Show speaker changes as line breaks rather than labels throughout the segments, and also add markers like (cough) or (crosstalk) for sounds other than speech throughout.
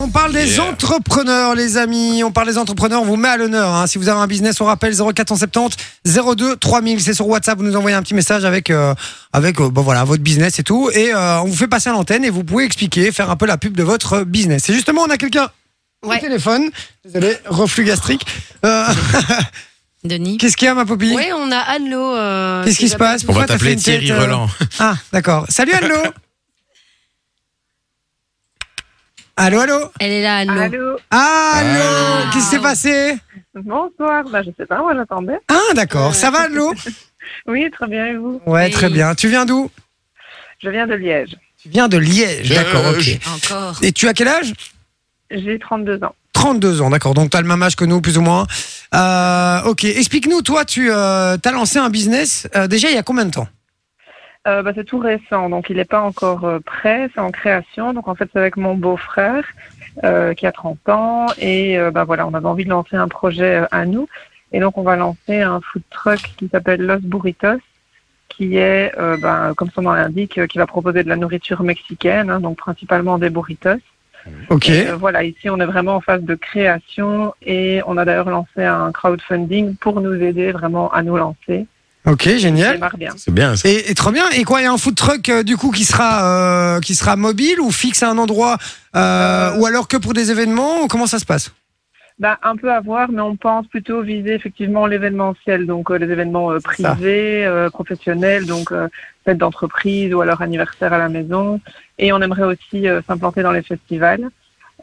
On parle des
Yeah.
entrepreneurs, les amis. On parle des entrepreneurs. On vous met à l'honneur. hein. Si vous avez un business, on rappelle 0470 02 3000. C'est sur WhatsApp. Vous nous envoyez un petit message avec, euh, avec euh, bon, voilà, votre business et tout. Et euh, on vous fait passer à l'antenne et vous pouvez expliquer, faire un peu la pub de votre business. Et justement, on a quelqu'un au
Ouais.
téléphone. Désolé, reflux gastrique. Euh, (laughs)
Denis.
Qu'est-ce qu'il y a, ma popie
Oui, on a Anne-Lo. euh,
Qu'est-ce qui se
j'appelle-
passe
On
Pourquoi
va
t'as fait
t'appeler
une tête,
Thierry
euh,
Roland.
(laughs) Ah, d'accord. Salut, Allo
(laughs)
Allô, allô
Elle est là, Anne-Lo.
Allô,
Allô
Allô.
Qu'est-ce qui s'est passé
bonsoir. Bah, je sais pas, moi j'attendais.
Ah, d'accord. Ça va, Allo
Oui, très bien, et vous
Ouais,
Oui.
très bien. Tu viens d'où
Je viens de Liège.
Tu viens de Liège,
Euh,
d'accord, ok.
je-
Encore.
Et tu as quel âge
J'ai 32 ans.
32 ans, d'accord. Donc, tu as le même âge que nous, plus ou moins. Euh, ok, explique-nous, toi, tu as lancé un business euh, déjà il y a combien de temps
Euh, bah, c'est tout récent, donc il n'est pas encore euh, prêt, c'est en création. Donc en fait, c'est avec mon beau-frère euh, qui a 30 ans. Et euh, bah, voilà, on avait envie de lancer un projet euh, à nous. Et donc on va lancer un food truck qui s'appelle Los Burritos, qui est, euh, bah, comme son nom l'indique, euh, qui va proposer de la nourriture mexicaine, hein, donc principalement des burritos.
Ok.
Et, euh, voilà, ici on est vraiment en phase de création et on a d'ailleurs lancé un crowdfunding pour nous aider vraiment à nous lancer.
Ok,
Ça
génial.
démarre bien.
C'est bien ça.
Et, et trop bien. Et quoi, il y a un food truck euh, du coup qui sera, euh, qui sera mobile ou fixe à un endroit euh, ou alors que pour des événements ou Comment ça se passe
Bah, un peu à voir, mais on pense plutôt viser effectivement l'événementiel, donc euh, les événements euh,
C'est ça.
privés, euh, professionnels, donc euh, fêtes d'entreprise ou alors anniversaire à la maison. Et on aimerait aussi euh, s'implanter dans les festivals.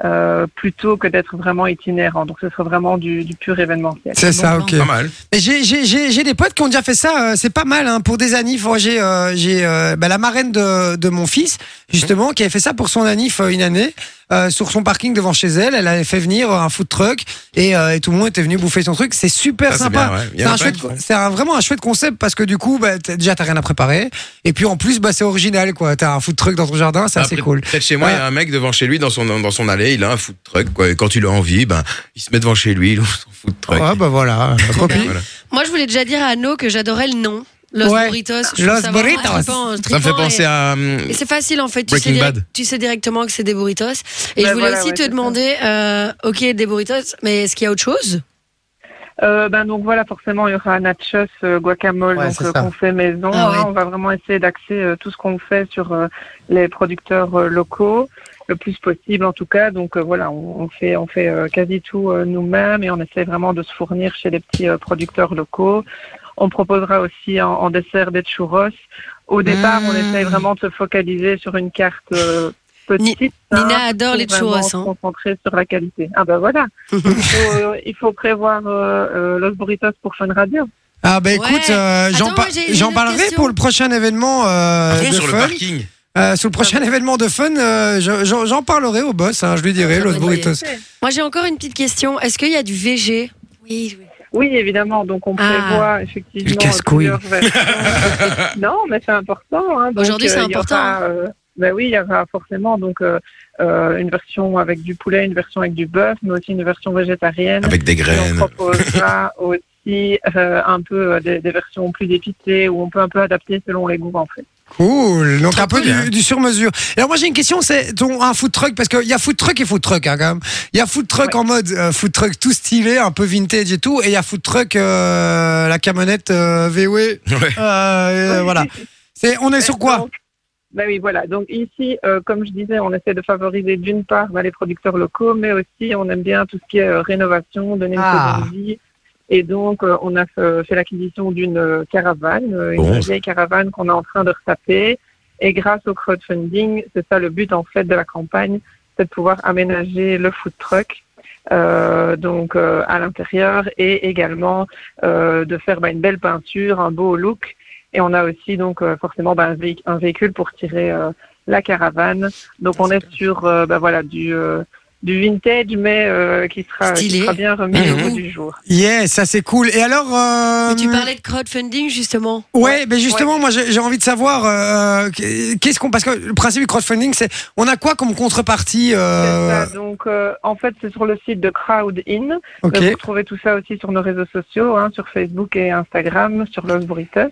euh, plutôt que d'être vraiment itinérant. Donc ce serait vraiment du, du pur événementiel.
C'est
bon
ça,
plan.
ok.
Pas mal.
Mais J'ai j'ai- j'ai- j'ai des potes qui ont déjà fait ça, euh, c'est pas mal hein, pour des anifs. Moi, J'ai euh, j'ai, euh, bah, la marraine de, de mon fils, justement, qui avait fait ça pour son anif euh, une année, euh, sur son parking devant chez elle. Elle avait fait venir euh, un food truck et, euh, et tout le monde était venu bouffer son truc. C'est super
Ça, c'est
sympa.
bien, ouais. Il
C'est
y en a
un
plein
chouette-
qui font.
C'est un- vraiment un chouette concept parce que du coup, bah, t'as- déjà, t'as rien à préparer. Et puis en plus, bah, c'est original, quoi. T'as un food truck dans ton jardin, c'est assez
Après,
cool. Ah.
Près de chez moi,
Ouais.
il y a un mec devant chez lui, dans son, dans son allée, il a un food truck. Quoi. Et quand il a envie, ben, il se met devant chez lui, il ouvre son food truck.
Ouais, bah voilà. Copie.
Voilà.
Moi, je voulais déjà dire à Anne-Lo que j'adorais le nom. Los
Ouais.
Burritos. je trouve
Los
ça vraiment
Burritos.
trippant,
Ça me fait
trippant
penser
et-
à. hum,
Et c'est facile en fait, tu
Breaking
sais, direct-
Bad.
tu sais directement que c'est des burritos. Et
Bah
je voulais
voilà,
aussi
ouais,
te
c'est ça.
demander, euh, ok, des burritos, mais est-ce qu'il y a autre chose
Euh, ben donc voilà, forcément, il y aura nachos, euh, guacamole,
Ouais,
donc
c'est
euh,
ça.
qu'on fait maison.
Ah ouais.
hein. on va vraiment essayer d'axer euh, tout ce qu'on fait sur euh, les producteurs euh, locaux, le plus possible en tout cas. Donc euh, voilà, on, on fait on fait euh, quasi tout euh, nous-mêmes et on essaie vraiment de se fournir chez les petits euh, producteurs locaux. On proposera aussi en, en dessert des churros. Au départ, on
Mmh.
essaye vraiment de se focaliser sur une carte euh, petite. hein,
Nina adore les
faut vraiment
churros.
se
hein.
concentrer sur la qualité. Ah
(laughs)
ben voilà. il, faut, euh, il faut prévoir euh, euh, Los Burritos pour Fun Radio.
Ah, bah
Ouais.
écoute, euh, j'en par-
Attends, moi, j'ai- j'ai une
j'en
autre
parlerai
question.
pour le prochain événement euh,
à fond
de
sur le
Fun.
parking.
Euh, sous le
Ah
prochain événement de fun, euh, je- j'en j'en parlerai au boss, hein, je lui dirai,
Ah, Très
Los
bonne
Burritos.
Moi, j'ai encore une petite question. Est-ce qu'il y a du VG Oui, oui.
Oui, évidemment. Donc on
Ah.
prévoit
Le
effectivement
casse-couille.
plusieurs
(laughs)
versions. non, mais c'est important. hein. Donc,
Aujourd'hui, c'est
il y aura,
important.
euh, ben oui, il y aura forcément donc euh, euh, une version avec du poulet, une version avec du bœuf, mais aussi une version végétarienne.
Avec des
Et on
graines.
(laughs)
proposera aussi euh, un peu euh, des, des versions plus épicées où on peut un peu adapter selon les goûts en fait.
Cool, donc
Trop
un peu
bien.
hein.
du, du sur-mesure. Et Alors moi j'ai une question, c'est ton un food truck parce qu'il y a food truck et food truck hein, quand même. Il y a food truck en mode euh, food truck tout stylé, un peu vintage et tout, et il y a food truck euh, la camionnette euh, VW.
Ouais.
euh, euh, voilà. C'est on est sur quoi
Donc, ben oui, voilà. Donc ici, euh, comme je disais, on essaie de favoriser d'une part ben, les producteurs locaux, mais aussi on aime bien tout ce qui est euh, rénovation, donner une
Ah.
seconde vie. Et donc, euh, on a euh, fait l'acquisition d'une euh, caravane, euh, une
Bon.
vieille caravane qu'on est en train de retaper. Et grâce au crowdfunding, c'est ça le but en fait de la campagne, c'est de pouvoir aménager le food truck euh, donc euh, à l'intérieur et également euh, de faire bah, une belle peinture, un beau look. Et on a aussi donc euh, forcément bah, un, véhi- un véhicule pour tirer euh, la caravane. Donc on est sur euh, bah, voilà du euh, du vintage mais euh, qui sera qui
Stylé.
sera bien remis
Mais
au
le
goût
goût.
du jour.
Yes, ça c'est cool. Et alors euh,
Mais tu parlais de crowdfunding justement.
Ouais, mais justement, moi j'ai j'ai envie de savoir euh, qu'est-ce qu'on parce que le principe du crowdfunding c'est on a quoi comme contrepartie euh,
C'est ça. Donc euh, en fait c'est sur le site de Crowdin.
OK.
Euh, Vous trouvez tout ça aussi sur nos réseaux sociaux, hein, sur Facebook et Instagram, sur Los Burritos.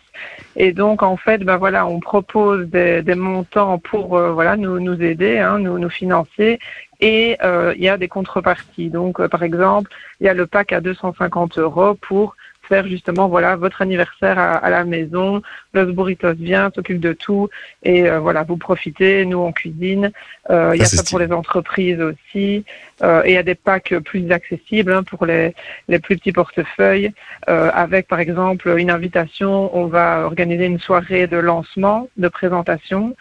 Et donc, en fait, ben voilà, on propose des, des montants pour euh, voilà nous, nous aider, hein, nous, nous financer. et euh, il y a des contreparties. Donc, euh, par exemple, il y a le pack à 250 euros pour faire justement voilà votre anniversaire à, à la maison. Los Burritos vient, s'occupe de tout et euh, voilà vous profitez. Nous on cuisine. Euh, il y
Ah,
a
c'est
ça pour
stylé.
les entreprises aussi. Euh, et il y a des packs plus accessibles hein, pour les, les plus petits portefeuilles euh, avec par exemple une invitation. On va organiser une soirée de lancement, de présentation.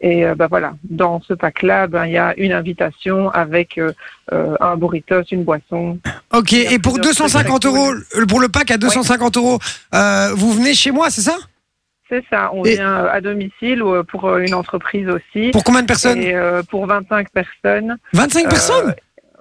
Et euh, bah, voilà, dans ce pack-là, ben, il y a une invitation avec euh, euh, un burritos, une boisson.
Ok,
Il y a
et pour
plusieurs trucs
250
très cool.
euros, le- pour le pack à 250 euros, euh, vous venez chez moi, c'est ça
C'est ça, on
Et-
vient euh, à domicile ou euh, pour euh, une entreprise aussi.
Pour combien de personnes
Et euh, pour 25 personnes.
25
euh,
personnes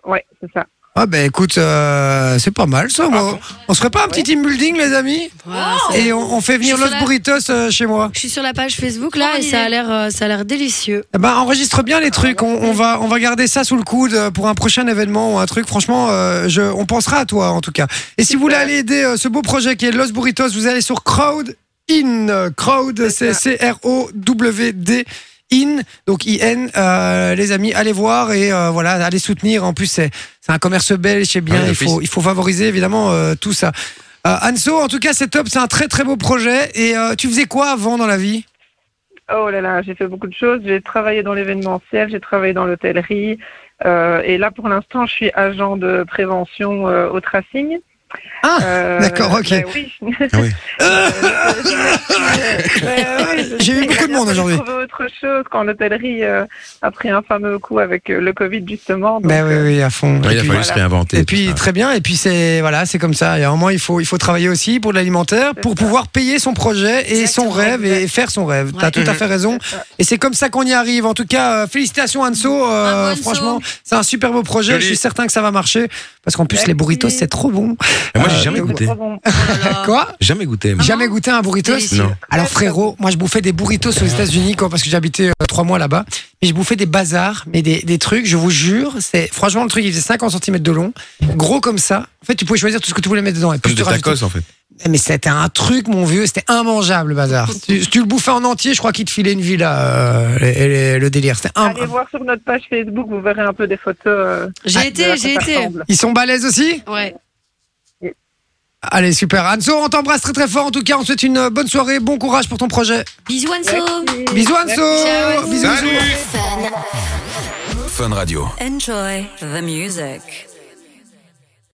Ouais, c'est ça.
Ah ben écoute, euh, c'est pas mal ça. moi. On se ferait pas un petit team building, les amis
Voilà, Oh, c'est-
Et on, on fait venir
Je suis
Los
là.
Burritos euh, chez moi.
Je suis sur la page Facebook là et ça a l'air, euh, ça a l'air délicieux.
Eh Ben, enregistre bien les trucs. On, on va, on va garder ça sous le coude euh, pour un prochain événement ou un truc. Franchement, euh, je, on pensera à toi en tout cas. Et si vous voulez aller aider euh, ce beau projet qui est Los Burritos, vous allez sur Crowd In. Crowd, c'est C-R-O-W-D. In, donc IN, euh, les amis, allez voir et euh, voilà, allez soutenir. En plus, c'est c'est un commerce belge, c'est bien.
Ah oui,
il,
d'office.
faut, il faut favoriser évidemment euh, tout ça. Euh, Anso, en tout cas, c'est top, c'est un très très beau projet. Et euh, tu faisais quoi avant dans la vie
Oh là là, j'ai fait beaucoup de choses. J'ai travaillé dans l'événementiel, j'ai travaillé dans l'hôtellerie. Euh, et là, pour l'instant, je suis agent de prévention euh, au tracing.
Ah, (laughs)
Euh,
d'accord, ok.
ben oui.
Ah oui.
(laughs) Euh, je- ben
(laughs)
oui, je
J'ai eu
sais,
beaucoup de
il a
monde
fallu
aujourd'hui.
trouver autre chose quand l'hôtellerie euh, a pris un fameux coup avec euh, le Covid, justement. Donc,
Ben
euh,
oui, oui, à fond.
Ouais,
Et
il a
puis-
fallu se réinventer.
Et puis
putain.
très bien. Et puis c'est voilà, c'est comme ça. Et à un moment, il faut il faut travailler aussi pour de l'alimentaire,
C'est
pour
ça.
pouvoir payer son projet et son
Exactement.
rêve et faire son rêve. T'as
Ouais.
tout à fait raison.
C'est ça.
Et c'est comme ça qu'on y arrive. En tout cas, euh, félicitations Anso. Euh,
Bravo, Anso.
franchement, c'est un super beau projet.
Joli.
Je suis certain que ça va marcher parce qu'en plus
Merci.
les burritos c'est trop bon.
Mais moi, j'ai
Euh,
jamais
donc-
C'est
goûté.
trop bon.
(laughs) Quoi
Jamais goûté. moi.
Jamais goûté un burritos
Délicieux.
Non.
alors frérot, moi je bouffais des burritos aux États-Unis quand parce que j'habitais euh, trois mois là-bas, mais je bouffais des bazars, mais des, des trucs, je vous jure, c'est franchement le truc il faisait 50 cm de long, gros comme ça. En fait, tu pouvais choisir tout ce que tu voulais mettre dedans et puis
Comme
tu
des
rajoutais-
tacos, en fait.
Mais c'était un truc mon vieux, c'était immangeable le bazar. si, si tu le bouffais en entier, je crois qu'il te filait une villa euh, et- et le- le délire, c'était
Ah,
un...
Allez voir sur notre page Facebook, vous verrez un peu des photos. euh,
J'ai
de
été,
à
j'ai
quoi ça
été.
ressemble.
Ils sont balèzes aussi
Ouais.
Allez, super. Anso, on t'embrasse très très fort en tout cas, on te souhaite une euh, bonne soirée, bon courage pour ton projet.
Bisous Anso.
Merci.
Bisous Anso
Ciao, Anso.
Bisous, bisous.
Salut
Fun Radio.
Enjoy the music.